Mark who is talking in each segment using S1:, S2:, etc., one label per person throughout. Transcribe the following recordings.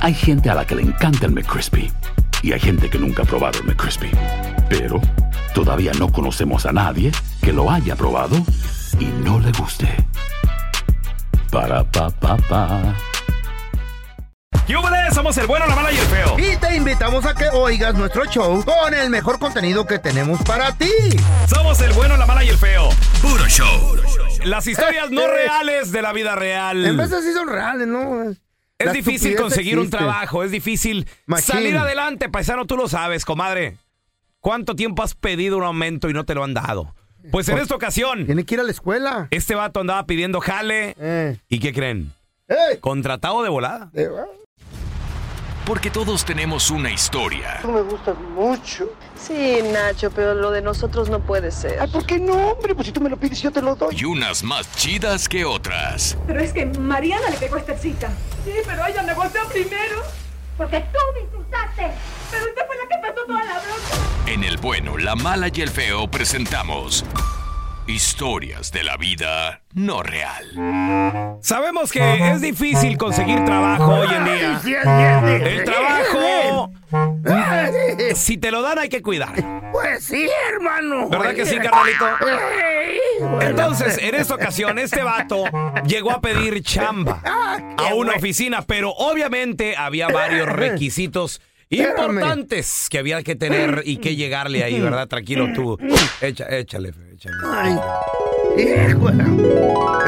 S1: Hay gente a la que le encanta el McCrispy y hay gente que nunca ha probado el McCrispy. Pero todavía no conocemos a nadie que lo haya probado y no le guste. Para pa pa pa.
S2: ¡Yúbales! Somos el bueno, la mala y el feo.
S3: Y te invitamos a que oigas nuestro show con el mejor contenido que tenemos para ti.
S2: Somos el bueno, la mala y el feo. Puro show. Las historias no reales de la vida
S3: Eh. En vez
S2: real.
S3: de sí son reales, ¿no?
S2: Es
S3: La
S2: difícil
S3: estupidez
S2: conseguir un
S3: existe.
S2: trabajo, es difícil
S3: Machín.
S2: salir adelante, paisano, tú lo sabes, comadre. ¿Cuánto tiempo has pedido un aumento y no te lo han dado? Pues en esta ocasión,
S3: Tiene que ir a la escuela.
S2: este vato andaba pidiendo jale.
S3: Eh.
S2: ¿Y qué creen?
S3: ¡Ey!
S2: Contratado de volada.
S3: Eh, ah.
S4: Porque todos tenemos una historia.
S5: Me gusta mucho.
S6: Sí, Nacho, pero lo de nosotros no puede ser.
S5: Ay, ¿por qué no, hombre? Pues si tú me lo pides, yo te lo doy.
S4: Y unas más chidas que otras.
S6: Pero es que Mariana le pegó esta cita. Sí, pero ella me golpeó primero. Porque tú me insultaste. Pero usted fue la que pasó toda la bronca.
S4: En El Bueno, La Mala y El Feo presentamos Historias de la Vida No Real.
S2: Sabemos que es difícil conseguir trabajo hoy en día.
S3: Sí, sí, sí.
S2: El trabajo,
S3: Ah, sí.
S2: si te lo dan, hay que cuidar.
S3: Pues sí, hermano.
S2: ¿Verdad que sí,
S3: Oye.
S2: carnalito?
S3: Ey, bueno.
S2: Entonces, en esta ocasión, este vato llegó a pedir chamba
S3: Ah,
S2: a una oficina, pero obviamente había varios requisitos
S3: Espérame.
S2: importantes que había que tener y que llegarle ahí, ¿verdad? Tranquilo tú. Echa- échale, fe, échale.
S3: Ay, híjole.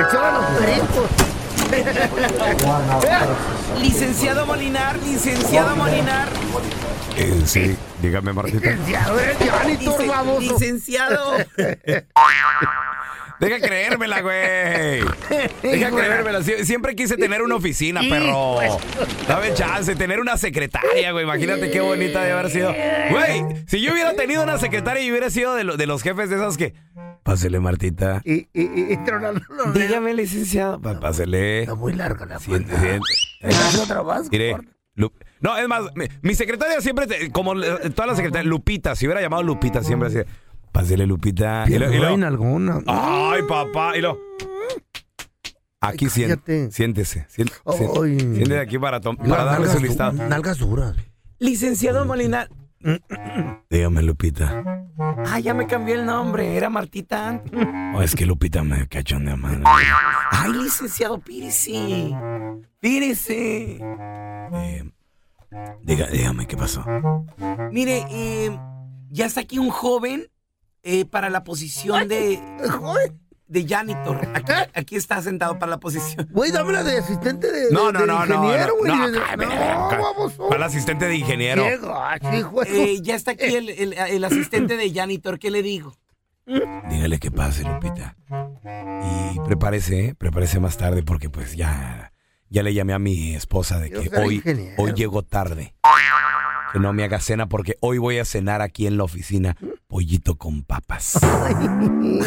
S3: Echaba los pericos.
S2: Licenciado Molinar, licenciado Molinar. Eh, sí, dígame, Martita.
S3: Ya, eh, Giovanni, tú, baboso.
S2: licenciado. Deja creérmela, güey. Deja creérmela. Sie- Siempre quise tener una oficina, perro. Dame chance, tener una secretaria, güey. Imagínate qué bonita de haber sido. Güey, si yo hubiera tenido una secretaria y hubiera sido de, lo- de los jefes de esas que. Pásele, Martita.
S3: Y, y, y, y tronando los dedos.
S2: Dígame, licenciado. Pa- Pásele.
S3: Está muy larga la
S2: Siente,
S3: cuerda.
S2: siente.
S3: Ah, no trabajas,
S2: Mire,
S3: gordo.
S2: Lu- No, es más, mi, mi secretaria siempre, te- como le- todas las secretarias, Lupita, si hubiera llamado Lupita, siempre así, pásele Lupita. Y lo- y lo-
S3: Ay, en alguna.
S2: ay, papá, y lo- Aquí
S3: Ay,
S2: sien-
S3: cállate.
S2: siéntese, siéntese,
S3: Oh, Ay.
S2: siéntese, aquí para, tom- para darle su
S3: du-
S2: listado.
S3: Nalgas duras.
S2: Licenciado Molina. Dígame, Lupita. Ah, ya me cambié el nombre, era Martita. es que Lupita me cachondea más. Ay, licenciado, pírese. Pírese. dígame, ¿qué pasó? Mire, em, ya está aquí un joven eh, para la posición de,
S3: Ay,
S2: de janitor. Aquí, está sentado para la posición.
S3: Güey, dame la de asistente de,
S2: No,
S3: de-
S2: no,
S3: de
S2: no, no.
S3: ingeniero, güey.
S2: no,
S3: De-
S2: acá, ven,
S3: no,
S2: ven, acá.
S3: baboso.
S2: Para el asistente de ingeniero.
S3: Qué gacho, hijo de su-
S5: Eh, ya está aquí el, el- el asistente de Janitor, ¿qué le digo?
S2: Dígale que pase, Lupita. Y prepárese, ¿eh? prepárese más tarde porque pues ya, ya le llamé a mi esposa de
S3: Yo
S2: que
S3: soy
S2: hoy,
S3: ingeniero.
S2: hoy llego tarde. Que no me haga cena porque hoy voy a cenar aquí en la oficina pollito con papas.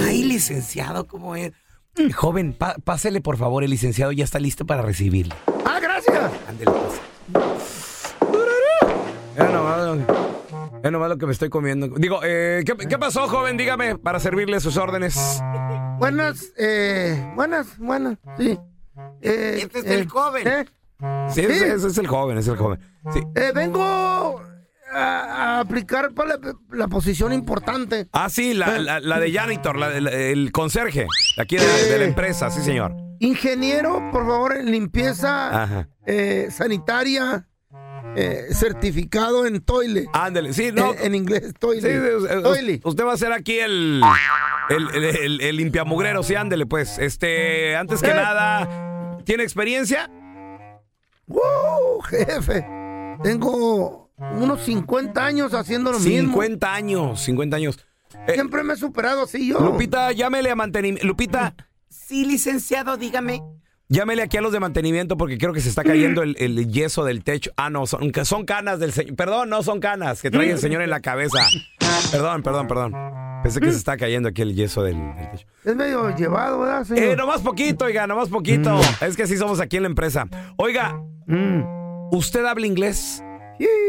S5: Ay, licenciado, ¿cómo es?
S2: Mm, Joven, pa- pásele por favor, el licenciado ya está listo para recibirle.
S3: Ah, gracias.
S2: Ándele, pues. Era nomás lo, era nomás lo que me estoy comiendo. Digo, eh, ¿qué, qué pasó, joven? Dígame, para servirle sus órdenes.
S3: Buenas, eh, buenas, buenas, sí. Eh,
S5: Este es el joven.
S3: eh,
S2: Sí, Ese, ese es el joven, ese es el joven. Sí.
S3: eh, vengo a, a aplicar para la, la posición importante. Eh,
S2: Ah, sí, la, la- la de janitor, la, de- la- el conserje, de aquí de, de la empresa, sí, señor.
S3: Ingeniero, por favor, limpieza
S2: Ajá.
S3: eh, sanitaria, eh, certificado en toile.
S2: Ándale, sí, no.
S3: En, en inglés, toile.
S2: Sí, sí, usted-
S3: toile.
S2: Usted va a ser aquí el, el, el, el- el limpiamugrero, sí, ándele, pues. Este, antes
S3: Eh.
S2: que nada, ¿tiene experiencia?
S3: ¡Wow, jefe! Tengo unos 50 años haciendo lo mismo.
S2: 50 años, 50 años. Eh,
S3: Siempre me he superado así yo.
S2: Lupita, llámele a mantenimiento. Lupita,
S5: Sí, licenciado, dígame.
S2: llámele aquí a los de mantenimiento porque creo que se está cayendo el, el yeso del techo. Ah, no, son, son canas del señor. Perdón, no son canas que trae el señor en la cabeza. Perdón, perdón, perdón. Pensé que se está cayendo aquí el yeso del, del techo.
S3: Es medio llevado, ¿verdad, señor? Mm.
S2: Eh, nomás poquito, oiga, nomás poquito. Es que sí somos aquí en la empresa. Oiga, ¿usted habla inglés?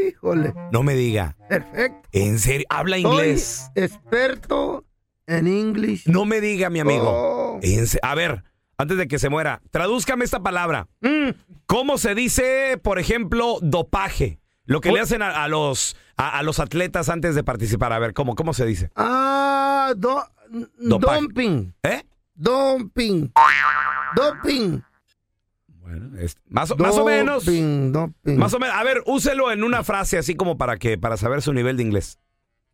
S3: Híjole,
S2: No me diga.
S3: perfecto.
S2: ¿En serio? ¿Habla
S3: Soy
S2: inglés?
S3: experto en inglés.
S2: No me diga, mi amigo.
S3: Oh.
S2: En se- A ver, antes de que se muera, tradúzcame esta palabra. ¿Cómo se dice, por ejemplo, dopaje? Lo que le hacen a, a los, a, a los atletas antes de participar. A ver, ¿cómo, cómo se dice?
S3: Ah, do, n-
S2: Dopaje.
S3: dumping.
S2: ¿Eh?
S3: Dumping. Doping.
S2: Bueno, es- más, o- más o menos.
S3: Doping, doping.
S2: Más o menos. A ver, úselo en una frase así como para que, para saber su nivel de inglés.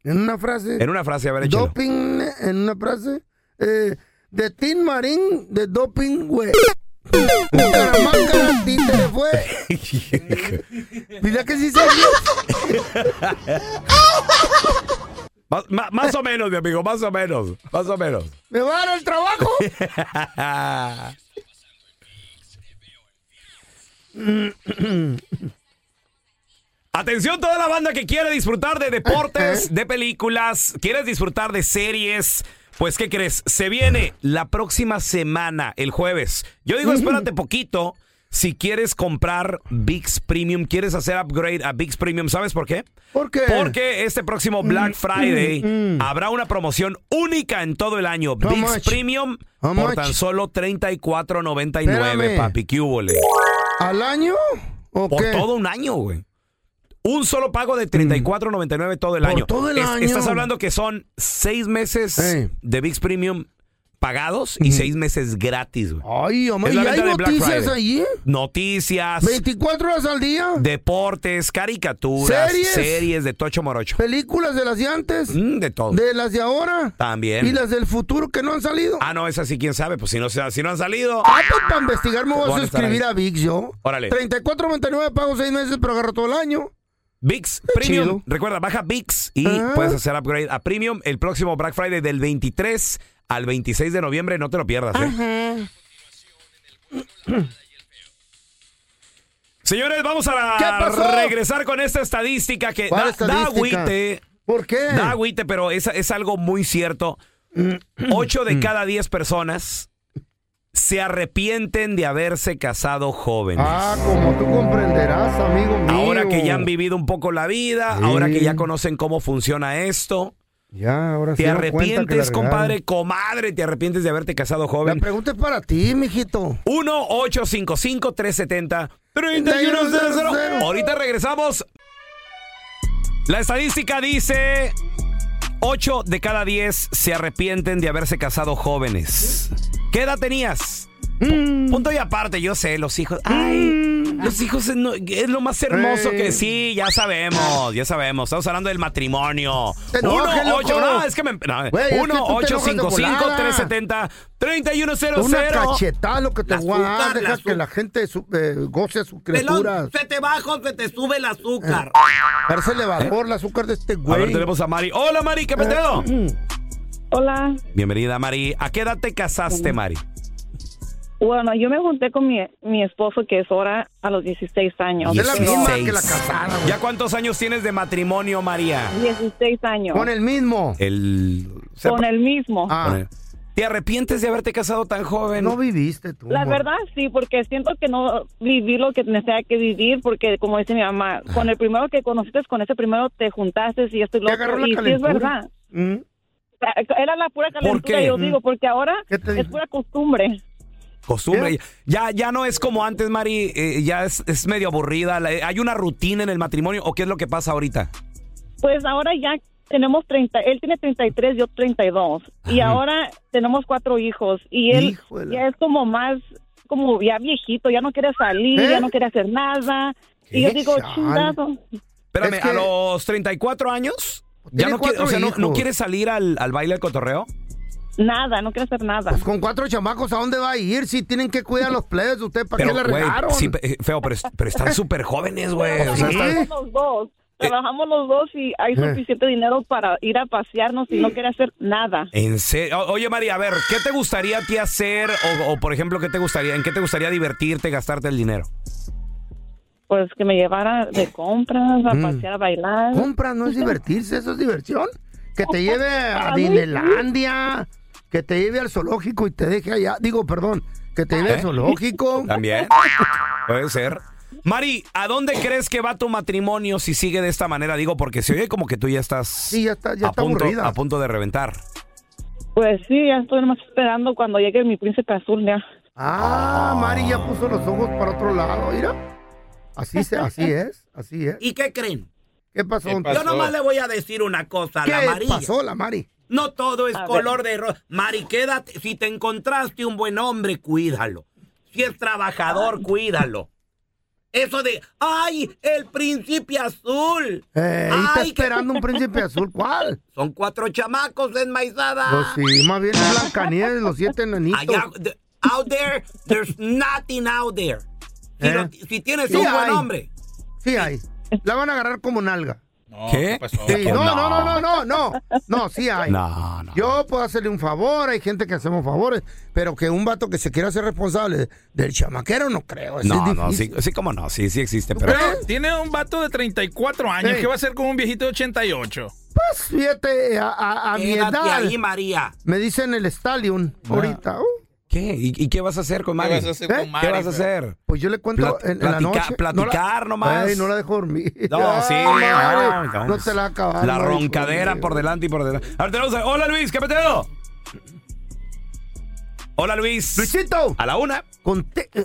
S3: En una frase.
S2: En una frase, a ver, échelo.
S3: Doping en una frase. Eh, de Tim Marín, de doping, güey. Bucaramanga, títere fue. Mira que sí se
S2: Más, ma- más o menos, mi amigo, más o menos, más o menos.
S3: Me va a dar el trabajo.
S2: Atención toda la banda que quiere disfrutar de deportes, de películas, quieres disfrutar de series. Pues, ¿qué crees? Se viene la próxima semana, el jueves. Yo digo, espérate poquito. Si quieres comprar VIX Premium, quieres hacer upgrade a VIX Premium, ¿sabes por qué?
S3: ¿Por qué? Mm.
S2: Porque este próximo Black Friday habrá una promoción única en todo el año. VIX
S3: much?
S2: Premium
S3: How
S2: por
S3: much?
S2: tan solo $34.99,
S3: Espérame.
S2: papi. ¿Qué húbole?
S3: ¿Al año? ¿O
S2: Por
S3: qué?
S2: todo un año, güey. Un solo pago de $34.99 todo el
S3: Mm. Por
S2: año.
S3: todo el año.
S2: Estás hablando que son seis meses
S3: Ey.
S2: de VIX Premium pagados y seis meses gratis, güey.
S3: Ay, hombre,
S2: Es la
S3: ¿y hay
S2: venta de Black
S3: noticias
S2: Friday.
S3: allí?
S2: Noticias,
S3: 24 horas al día.
S2: deportes, caricaturas, series,
S3: Series.
S2: de Tocho Morocho.
S3: Películas de las de antes,
S2: Mm, de todo.
S3: de las de ahora
S2: También.
S3: y las del futuro que no han salido.
S2: Ah, no, esa sí, quién sabe. Pues si no, se- si no han salido.
S3: Ah, pues para investigar me voy
S2: Van
S3: a
S2: a estar
S3: suscribir
S2: ahí.
S3: a VIX yo.
S2: Órale.
S3: 34.99 pago 6 meses, pero agarro todo el año.
S2: VIX
S3: Qué
S2: Premium.
S3: chido.
S2: Recuerda, baja VIX y
S3: Ah.
S2: puedes hacer upgrade a Premium el próximo Black Friday del 23 al 26 de noviembre. No te lo pierdas.
S3: Ah.
S2: ¿eh? Señores, vamos
S3: ¿Qué
S2: a
S3: pasó?
S2: regresar con esta estadística que
S3: ¿Cuál
S2: da, da
S3: estadística?
S2: agüite.
S3: ¿Por qué?
S2: Da agüite, pero es, es algo muy cierto. Ocho de cada diez personas se arrepienten de haberse casado jóvenes.
S3: Ah, como tú comprenderás, amigo mío.
S2: Ahora que ya han vivido un poco la vida,
S3: Sí.
S2: ahora que ya conocen cómo funciona esto,
S3: Ya, ahora sí.
S2: te arrepientes, compadre, comadre, te arrepientes de haberte casado
S3: La
S2: joven.
S3: pregunta es para ti, mijito.
S2: 1-855-370-3100. Ahorita regresamos. La estadística dice: 8 de cada 10 se arrepienten de haberse casado jóvenes. ¿Qué edad tenías?
S3: Mm.
S2: Punto y aparte, yo sé, los hijos. Ay, los hijos es, no- es lo más hermoso
S3: Eh.
S2: que sí, ya sabemos, ya sabemos. Estamos hablando del matrimonio.
S3: Te enojes,
S2: Uno, ocho,
S3: loco.
S2: no, es que me. No,
S3: Güey, es que tú te
S2: 1 8
S3: enojas de
S2: 5 5
S3: volada.
S2: 3 70 31 0
S3: Una cachetada lo que te
S5: La
S3: voy a dar,
S5: azúcar, la
S3: deja que
S5: azúcar.
S3: la gente su- eh, goce sus
S5: Pelón,
S3: criaturas.
S5: se te baja, se te sube el azúcar.
S3: Parece Eh, le bajó el azúcar de este
S2: ¿Eh? A ver,
S3: güey. Eh. mm,
S2: tenemos a Mari. Hola, Mari, ¿qué peteo?
S7: Hola.
S2: Bienvenida, Mari. ¿A qué edad te casaste, Mari?
S7: Bueno, yo me junté con mi, mi esposo, que es ahora a los 16 años.
S3: Es la misma
S7: Pero-
S3: que la casada, güey.
S2: ¿Ya cuántos años tienes de matrimonio, María?
S7: 16 años.
S3: Con el mismo.
S2: El.
S7: Con el mismo.
S3: Ah,
S2: ¿Te arrepientes de haberte casado tan joven?
S3: no viviste tú.
S7: La
S3: amor.
S7: verdad, sí, porque siento que no viví lo que tenía que vivir, porque como dice mi mamá, con el primero que conociste, con ese primero te juntaste y esto y lo
S3: Te
S7: otro.
S3: agarró la
S7: Y sí es
S3: calentura.
S7: verdad.
S3: Mm.
S7: Era la pura calentura,
S2: qué?
S7: yo
S2: Mm.
S7: digo, porque ahora
S3: ¿Qué te
S7: es
S3: dijo?
S7: pura costumbre.
S2: Costumbre. Ya, ya no es como antes, Mari. eh, ya es, es eh, medio aburrida. La- ¿Hay una rutina en el matrimonio o qué es lo que pasa ahorita?
S7: Pues ahora ya tenemos 30, él tiene 33, yo 32. Y
S8: Ajá.
S7: ahora tenemos cuatro hijos. Y él
S8: Híjole.
S7: ya es como más, como ya viejito, ya no quiere salir,
S2: ¿Eh?
S7: ya no quiere hacer nada. Y yo
S2: ¿Qué?
S7: digo,
S2: Chale.
S3: ¿Eh?
S7: chingazo.
S2: Espérame, a los 34 años, ya
S7: Tiene
S2: no quiere, o
S7: cuatro
S2: sea, no, no
S7: hijos.
S2: quiere salir al, al baile al cotorreo.
S7: Nada, no quiere hacer nada.
S3: Pues con cuatro chamacos, ¿a dónde va a ir? Si tienen que cuidar a los plebes, ¿usted para qué
S2: Pero,
S3: le
S2: güey,
S3: regaron?
S2: sí, pe- eh, feo, pero, es- pero están súper jóvenes, güey. O sea,
S7: Trabajamos
S2: están-
S7: los dos.
S3: Eh.
S7: Trabajamos los dos y hay
S2: Ajá.
S7: suficiente dinero para ir a pasearnos y no quiere hacer nada.
S2: En serio. O- Oye, María, a ver, ¿qué te gustaría a ti hacer? O, o, por ejemplo, ¿qué te gustaría, ¿en qué te gustaría divertirte, gastarte el dinero?
S7: Pues que me llevara de compras, a
S2: Mm.
S7: pasear, a bailar.
S3: Compras no es divertirse, eso es diversión. Que te lleve a
S7: Ah, muy
S3: Disneylandia, que te lleve al zoológico y te deje allá. Digo, perdón, que te lleve
S2: ¿Eh?
S3: al zoológico.
S2: También. Puede ser. Mari, ¿a dónde crees que va tu matrimonio si sigue de esta manera? Digo, porque se oye como que tú ya estás
S3: ya
S2: a,
S3: está
S2: punto,
S3: aburrida.
S2: a punto de reventar.
S7: Pues sí, ya estoy nomás esperando cuando llegue mi príncipe azul, ya.
S3: Ah, Mari ya puso los ojos para otro lado, mira. Así, se, así es, así es.
S5: ¿Y qué creen?
S3: ¿Qué pasó? don
S5: Yo
S3: Tela?
S5: nomás le voy a decir una cosa,
S3: ¿Qué
S5: la amarilla.
S3: pasó, la Mari?
S5: No todo es
S3: A
S5: color de rosa. Mari, quédate. Si te encontraste un buen hombre, cuídalo. Si es trabajador, cuídalo. Eso de, ¡ay, el príncipe azul!
S3: Eh, ahí está
S5: Ay, qué-
S3: esperando un príncipe azul. ¿Cuál?
S5: Son cuatro chamacos enmaizadas.
S3: Pues sí, más bien es Blancanieves, los siete enanitos.
S5: Allá, the- out there, there's nothing out there. Si,
S3: Eh.
S5: lo- si tienes
S3: Sí
S5: un
S3: hay.
S5: buen hombre.
S3: Sí hay. La van a agarrar como nalga.
S9: 哦
S2: ¿Qué?
S3: Sí, no, no,
S2: No.
S3: no, no, no, no. No, sí hay.
S2: No, no.
S3: Yo puedo hacerle un favor, hay gente que hacemos favores, pero que un vato que se quiera hacer responsable del chamaquero no creo. eso
S2: No,
S3: Pues es
S2: no,
S3: difícil.
S2: sí, sí, cómo no, sí, sí existe, pero...
S10: Pero tiene un vato de 34 años.
S3: Sí.
S10: ¿Qué va a hacer con un viejito de 88?
S3: Pues fíjate, a, a- a mi
S10: Quédate
S3: edad.
S10: ahí, María.
S3: Me dicen el Stallion ahorita. ¿Eh?
S2: ¿Qué? ¿Y, y Ah. qué vas a hacer con Mari?
S3: vas a hacer con
S2: ¿Qué
S3: Mari,
S2: vas a hacer?
S3: Pues yo le cuento
S2: Plat-
S3: en, en la
S2: platica-
S3: noche.
S2: platicar
S3: no la-
S2: nomás.
S3: Ay, no la dejo dormir.
S2: No, sí,
S3: Ay,
S2: ay,
S3: no,
S2: no.
S3: te la acabas.
S2: La roncadera por delante y por delante. A ver, tenemos a- Hola, Luis, ¿qué peteo? Hola, Luis. Luisito. A la una.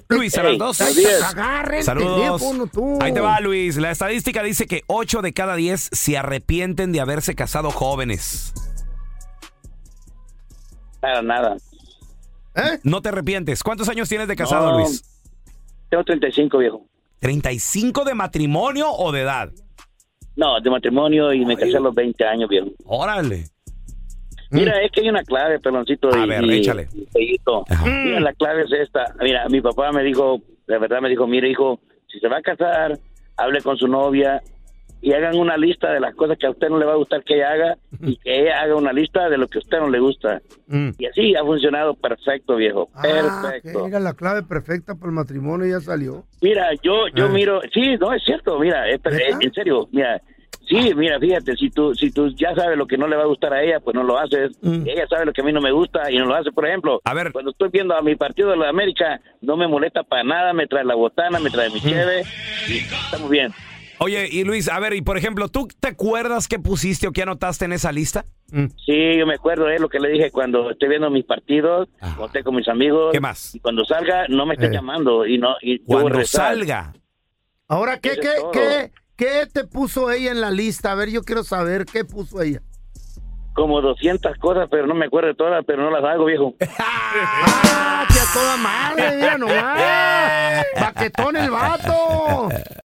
S2: Luis, a las dos.
S3: Así es. Agarra el
S2: Saludos.
S3: teléfono, tú.
S2: Ahí te va, Luis. La estadística dice que 8 de cada 10 se arrepienten de haberse casado jóvenes.
S11: Para nada.
S2: No te arrepientes. ¿Cuántos años tienes de casado,
S11: No,
S2: Luis?
S11: Tengo 35, viejo.
S2: ¿35 de matrimonio o de edad?
S11: No, de matrimonio y me casé a los 20 años, viejo.
S2: Oh. Órale.
S11: Mira, es que hay una clave, peloncito.
S2: A
S11: y-
S2: ver,
S11: y-
S2: échale.
S11: y Pellito. Mira, la clave es esta. Mira, mi papá me dijo, la verdad me dijo, mire, hijo, si se va a casar, hable con su novia y hagan una lista de las cosas que a usted no le va a gustar que ella haga y que ella haga una lista de lo que a usted no le gusta. Y así ha funcionado perfecto, viejo. Perfecto.
S3: Mira, Ah, la clave perfecta para el matrimonio ya salió.
S11: Mira, yo yo miro, sí, no es cierto, mira, es- es- en serio, mira, sí, mira, fíjate, si tú si tú ya sabes lo que no le va a gustar a ella, pues no lo haces. Ella sabe lo que a mí no me gusta y no lo hace. Por ejemplo, cuando estoy viendo a mi partido de la América, no me molesta para nada, me trae la botana, me trae mi cheve, y estamos bien.
S2: Oye, y Luis, a ver, y por ejemplo, ¿tú te acuerdas qué pusiste o qué anotaste en esa lista?
S11: Sí, yo me acuerdo de lo que le dije cuando estoy viendo mis partidos, cuando estoy con mis amigos.
S2: ¿Qué más?
S11: Y cuando salga, no me esté
S2: Eh.
S11: llamando y no y yo voy a
S2: Cuando
S11: regresar.
S2: salga.
S3: Ahora, ¿qué,
S11: Eso
S3: qué,
S11: es todo.
S3: qué, qué te puso ella en la lista? A ver, yo quiero saber qué puso ella.
S11: Como 200 cosas, pero no me acuerdo de todas, pero no las hago, viejo.
S3: Toda madre, mira nomás. Baquetón el vato.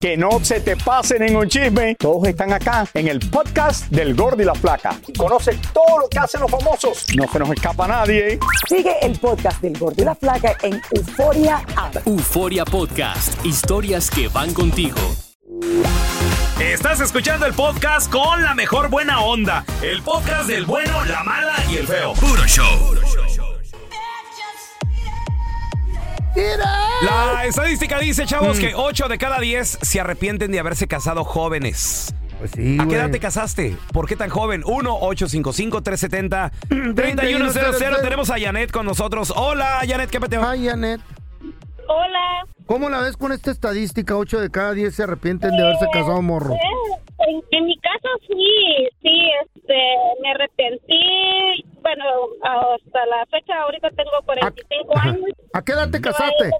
S8: Que no se te pase ningún chisme. Todos están acá en el podcast del Gordi y la Flaca. Y conoce todo lo que hacen los famosos. No se nos escapa nadie.
S12: Sigue el podcast del Gordo y la Flaca en Euforia App.
S13: Euforia Podcast, historias que van contigo.
S14: Estás escuchando el podcast con la mejor buena onda. El podcast del bueno, la mala y el feo. Puro show.
S2: La estadística dice,
S3: Mm.
S2: chavos, que 8 de cada 10 se arrepienten de haberse casado jóvenes. ¿A qué
S3: Pues güey.
S2: edad te casaste? ¿Por qué tan joven? 1-855-370-3100. Tenemos a Janet con nosotros. Hola, Janet, ¿qué peteo?
S3: Ay, Janet.
S15: Hola.
S3: ¿Cómo la ves con esta estadística? 8 de cada 10 se arrepienten de haberse casado morro.
S15: En, en mi caso sí, sí, este, me arrepentí. Bueno, hasta la fecha ahorita tengo 45 años.
S3: ¿A qué edad Ah, te casaste?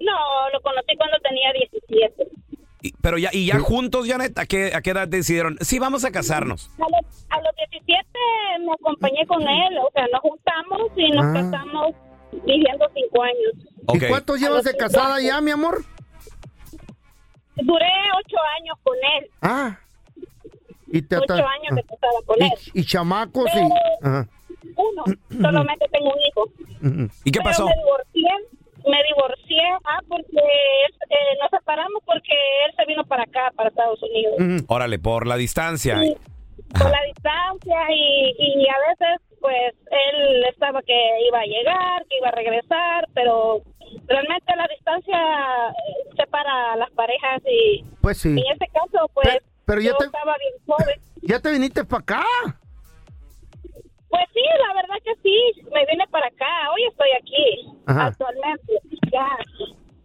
S15: No, lo conocí cuando tenía 17.
S2: Y- Pero ya, y ya juntos, Janet, ¿a qué, ¿a qué edad decidieron? Sí, vamos a casarnos.
S15: A los, a los 17 me acompañé con él, o sea, nos juntamos y nos
S2: Ah.
S15: casamos viviendo 5 años.
S2: Ok.
S3: ¿Cuántos llevas de casada ya, mi amor?
S15: Duré 8 años con él.
S3: Ah. Y te
S15: 8
S3: ata- ah.
S15: años de casada con él.
S3: y, y chamacos
S15: Pero-
S3: y... Ajá.
S15: Uno, solamente tengo un hijo.
S3: Ujú.
S2: ¿Y qué
S15: Pero
S2: pasó?
S15: Me divorcié, me divorcié, ah, porque él, eh, nos separamos porque él se vino para acá, para Estados Unidos,
S2: Órale, por la distancia.
S15: por la distancia y, y a veces, pues, él estaba que iba a llegar, que iba a regresar, pero realmente la distancia eh, separa a las parejas y
S3: Pues sí.
S15: en este caso, pues,
S3: pero ya
S15: yo
S3: te-
S15: estaba bien joven.
S3: ¿Ya te viniste para acá?
S15: Pues sí, la verdad que sí, me vine para acá, hoy estoy aquí,
S3: Ajá.
S15: actualmente, ya.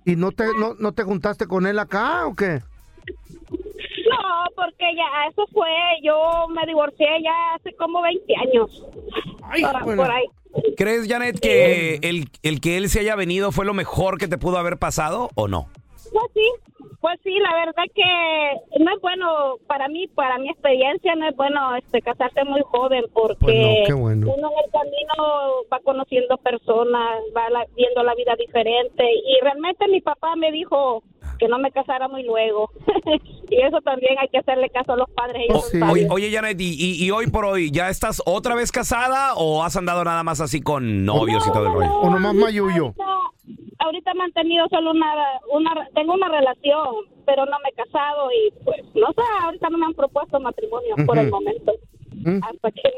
S3: ¿Y no te, no, no te juntaste con él acá o qué?
S15: No, porque ya eso fue, yo me divorcié ya hace como 20 años. por,
S2: bueno.
S15: por ahí.
S2: ¿Crees, Janet, que el, el que él se haya venido fue lo mejor que te pudo haber pasado o no?
S15: Pues sí, pues sí, la verdad que no es bueno para mí, para mi experiencia, no es bueno este casarse muy joven porque
S3: Pues no, qué bueno.
S15: uno en el camino va conociendo personas, va la- viendo la vida diferente y realmente mi papá me dijo que no me casara muy luego y eso también hay que hacerle caso a los padres. y a los padres.
S2: Oye, oye, Janet, y, y- y hoy por hoy, ¿ya estás otra vez casada o has andado nada más así con novios y todo el rollo?
S3: ¿O nomás mayuyo?
S15: ahorita, ahorita he mantenido solo una, una, tengo una relación, pero no me he casado y pues, no sé, ahorita no me han propuesto matrimonio por el
S3: Ujú.
S15: momento.
S3: Mm.
S15: Hasta que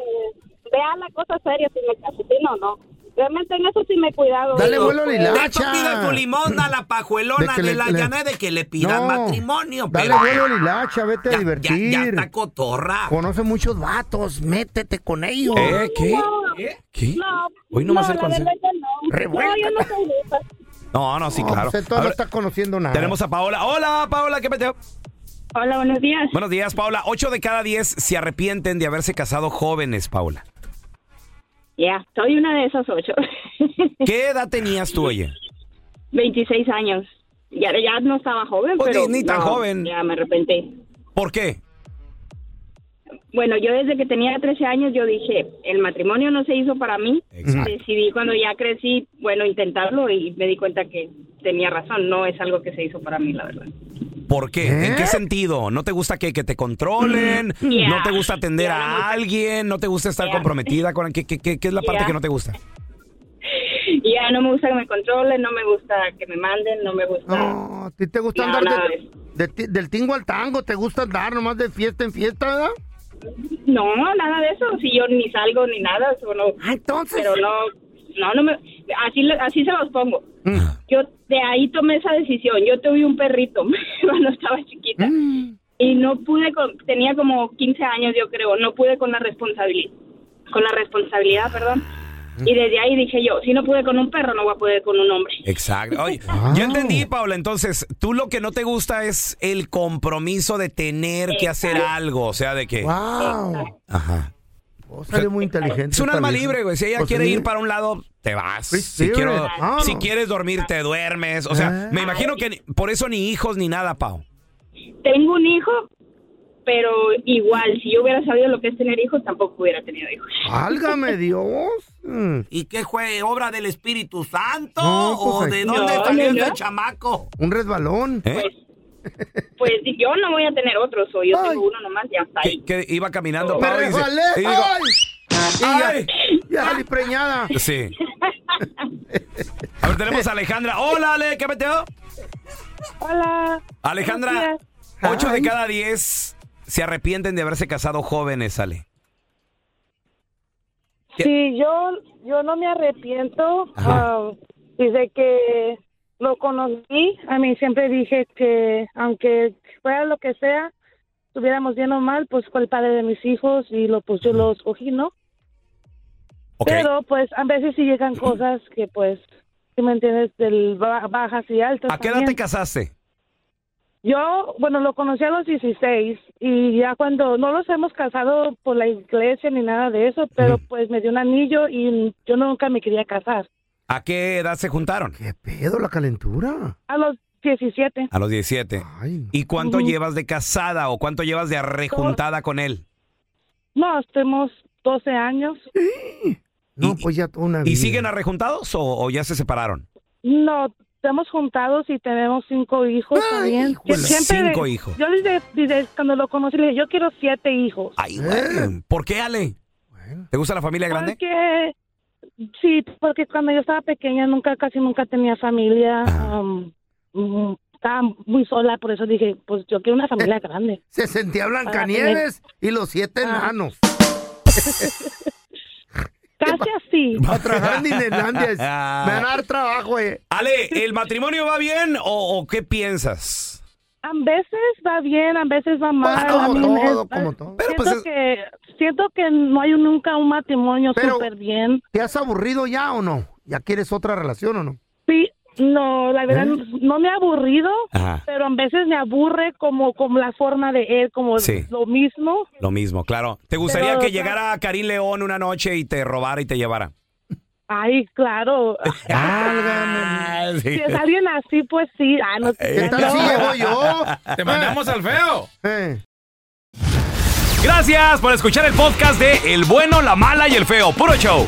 S15: vea la cosa seria si me caso, si no, no. Realmente en eso sí me he cuidado.
S3: Dale vuelo a la
S5: Tanto
S3: hilacha.
S5: pidas tu limón a la pajuelona de,
S3: De que le-
S5: la
S3: le-
S5: llané de que le pidas
S3: No.
S5: matrimonio.
S3: Dale
S5: pero-
S3: vuelo a la hilacha, vete a divertir.
S5: ya está cotorra.
S3: Conoce muchos vatos, métete con ellos.
S2: ¿Eh? ¿Qué? ¿Qué?
S15: No,
S2: Hoy no me
S15: no,
S2: hace el
S15: la verdad
S2: consejo.
S15: que no.
S3: Revuelta.
S15: No, yo no soy de esas.
S2: No, no, sí, claro.
S3: Usted todavía
S2: A
S3: no
S2: ver,
S3: está conociendo nada.
S2: tenemos a Paola. Hola, Paola, ¿qué peteo?
S16: Hola, buenos días.
S2: Buenos días, Paola. Ocho de cada diez se arrepienten de haberse casado jóvenes, Paola.
S16: Ya, soy una de esas ocho.
S2: ¿Qué edad tenías tú, oye?
S16: 26 años. Ya, ya no estaba joven,
S2: Pues
S16: pero...
S2: ni- ni tan
S16: no,
S2: joven.
S16: Ya me arrepentí.
S2: ¿Por qué?
S16: Bueno, yo desde que tenía 13 años yo dije, el matrimonio no se hizo para mí.
S2: Exacto.
S16: Decidí cuando ya crecí, bueno, intentarlo y me di cuenta que tenía razón. No es algo que se hizo para mí, la verdad.
S2: ¿Por qué? ¿En
S3: ¿Eh?
S2: qué sentido? ¿No te gusta que, que te controlen?
S16: Yeah.
S2: ¿No te gusta atender a alguien? ¿No te gusta estar comprometida con qué, qué- qué- qué es la parte
S16: Yeah.
S2: que no te gusta?
S16: Y ya no me gusta que me controlen, no me gusta que me manden, no me gusta...
S3: No, ¿A ti te gusta
S16: No,
S3: andar
S16: nada
S3: de- de ti- del tingo al tango? ¿Te gusta andar nomás de fiesta en fiesta, verdad?
S16: No, nada de eso. Si yo ni salgo ni nada, eso no.
S3: Ah,
S16: Entonces. Pero no, no, no me. Así, lo- así se los pongo. Yo de ahí tomé esa decisión. Yo tuve un perrito cuando estaba chiquita.
S3: Mm.
S16: Y no pude con. Tenía como 15 años, yo creo. No pude con la responsabilidad. Con la responsabilidad, perdón. Y desde ahí dije yo, si no pude con un perro, no voy a poder con un hombre.
S2: Exacto. Oye, ya entendí, Paula. Entonces, tú lo que no te gusta es el compromiso de tener que hacer algo. O sea, de que.
S3: ¡Wow!
S2: Ajá.
S3: Vos salió muy inteligente.
S2: Es un alma
S3: esta
S2: libre,
S3: vieja.
S2: güey. Si ella
S3: Pues
S2: quiere
S3: sí.
S2: ir para un lado, te vas.
S3: Free
S2: Si,
S3: spirit,
S2: quiero-
S3: claro.
S2: si quieres dormir, te duermes. O sea,
S3: Ah.
S2: me imagino que ni- por eso ni hijos ni nada, Pau.
S16: Tengo un hijo, pero igual, si yo hubiera sabido lo que es tener hijos, tampoco hubiera tenido hijos.
S3: ¡Válgame Dios! Mm.
S5: ¿Y qué fue? ¿Obra del Espíritu Santo?
S3: No,
S2: Oh,
S5: ¿O
S3: pues,
S5: de
S3: ahí-
S5: dónde
S3: No,
S5: salió
S3: no,
S5: ese
S3: no.
S5: chamaco?
S3: Un resbalón.
S2: ¿Eh?
S16: Pues yo no voy a tener otros, o yo tengo uno nomás, ya está ahí.
S2: Que, que iba caminando,
S3: ¡Me
S2: Pau. y dice-
S3: resbalé!
S2: y digo,
S3: ¡Ay! Y ya, ya salí preñada.
S2: Sí. A ver, tenemos a Alejandra. Hola, Ale, ¿qué meteo?
S16: Hola.
S2: Alejandra,
S16: Buenos días.
S2: ocho de
S16: Ay.
S2: cada diez se arrepienten de haberse casado jóvenes, Ale.
S17: Sí, yo, yo no me arrepiento. ah, desde que lo conocí, a mí siempre dije que aunque fuera lo que sea, estuviéramos bien o mal, pues fue el padre de mis hijos y lo pues yo lo escogí, ¿no? Pero pues a veces sí llegan cosas que pues, si me entiendes, del ba- bajas y altas.
S2: ¿A qué edad
S17: también.
S2: te casaste?
S17: Yo, bueno, lo conocí a los 16 y ya cuando no los hemos casado por la iglesia ni nada de eso, pero pues me dio un anillo y yo nunca me quería casar.
S2: ¿A qué edad se juntaron?
S3: Pedo la calentura.
S17: A los 17,
S2: A los 17. ¿Y cuánto
S17: Ujú.
S2: llevas de casada o cuánto llevas de rejuntada con él?
S17: no, estemos 12 años.
S3: No, pues ya toda una
S2: ¿Y siguen arrejuntados o, o ya se separaron?
S17: No, estamos juntados y tenemos cinco hijos también.
S2: de la-
S17: de-
S2: Cinco hijos.
S17: Yo desde, desde cuando lo conocí le dije, yo quiero siete hijos.
S2: Ay, güey. Mm, ¿Por qué, Ale? ¿Te gusta la familia grande?
S17: Porque, sí, porque cuando yo estaba pequeña nunca, casi nunca tenía familia. um, mm, estaba muy sola, por eso dije, pues yo quiero una familia grande.
S3: Se sentía Blancanieves y los siete enanos.
S17: Casi así.
S3: Va a trabajar en Disneylandia. Me van a dar trabajo, eh.
S2: Ale, ¿el matrimonio va bien o, o qué piensas?
S17: A veces va bien, a veces va mal.
S3: Pues como
S17: a mí me-
S3: todo, como todo. Pero,
S17: siento,
S3: pues, es-
S17: que, siento que no hay un- nunca un matrimonio
S3: Pero-
S17: súper bien.
S3: ¿Te has aburrido ya o no? ¿Ya quieres otra relación o no?
S17: Sí, no, la verdad
S3: ¿Eh?
S17: no me ha aburrido,
S2: Ajá.
S17: pero a veces me aburre como, como la forma de él, como
S2: Sí.
S17: lo mismo.
S2: Lo mismo, claro. ¿Te gustaría
S17: Pero,
S2: que
S17: o sea-
S2: llegara Karim León una noche y te robara y te llevara?
S17: Ay, claro.
S2: Ah, sí.
S17: Si es alguien así, pues sí. Ah, no,
S2: ¿Qué tal si llego yo? Te mandamos
S14: al feo.
S3: Eh.
S14: Gracias por escuchar el podcast de El bueno, la mala y el feo. Puro show.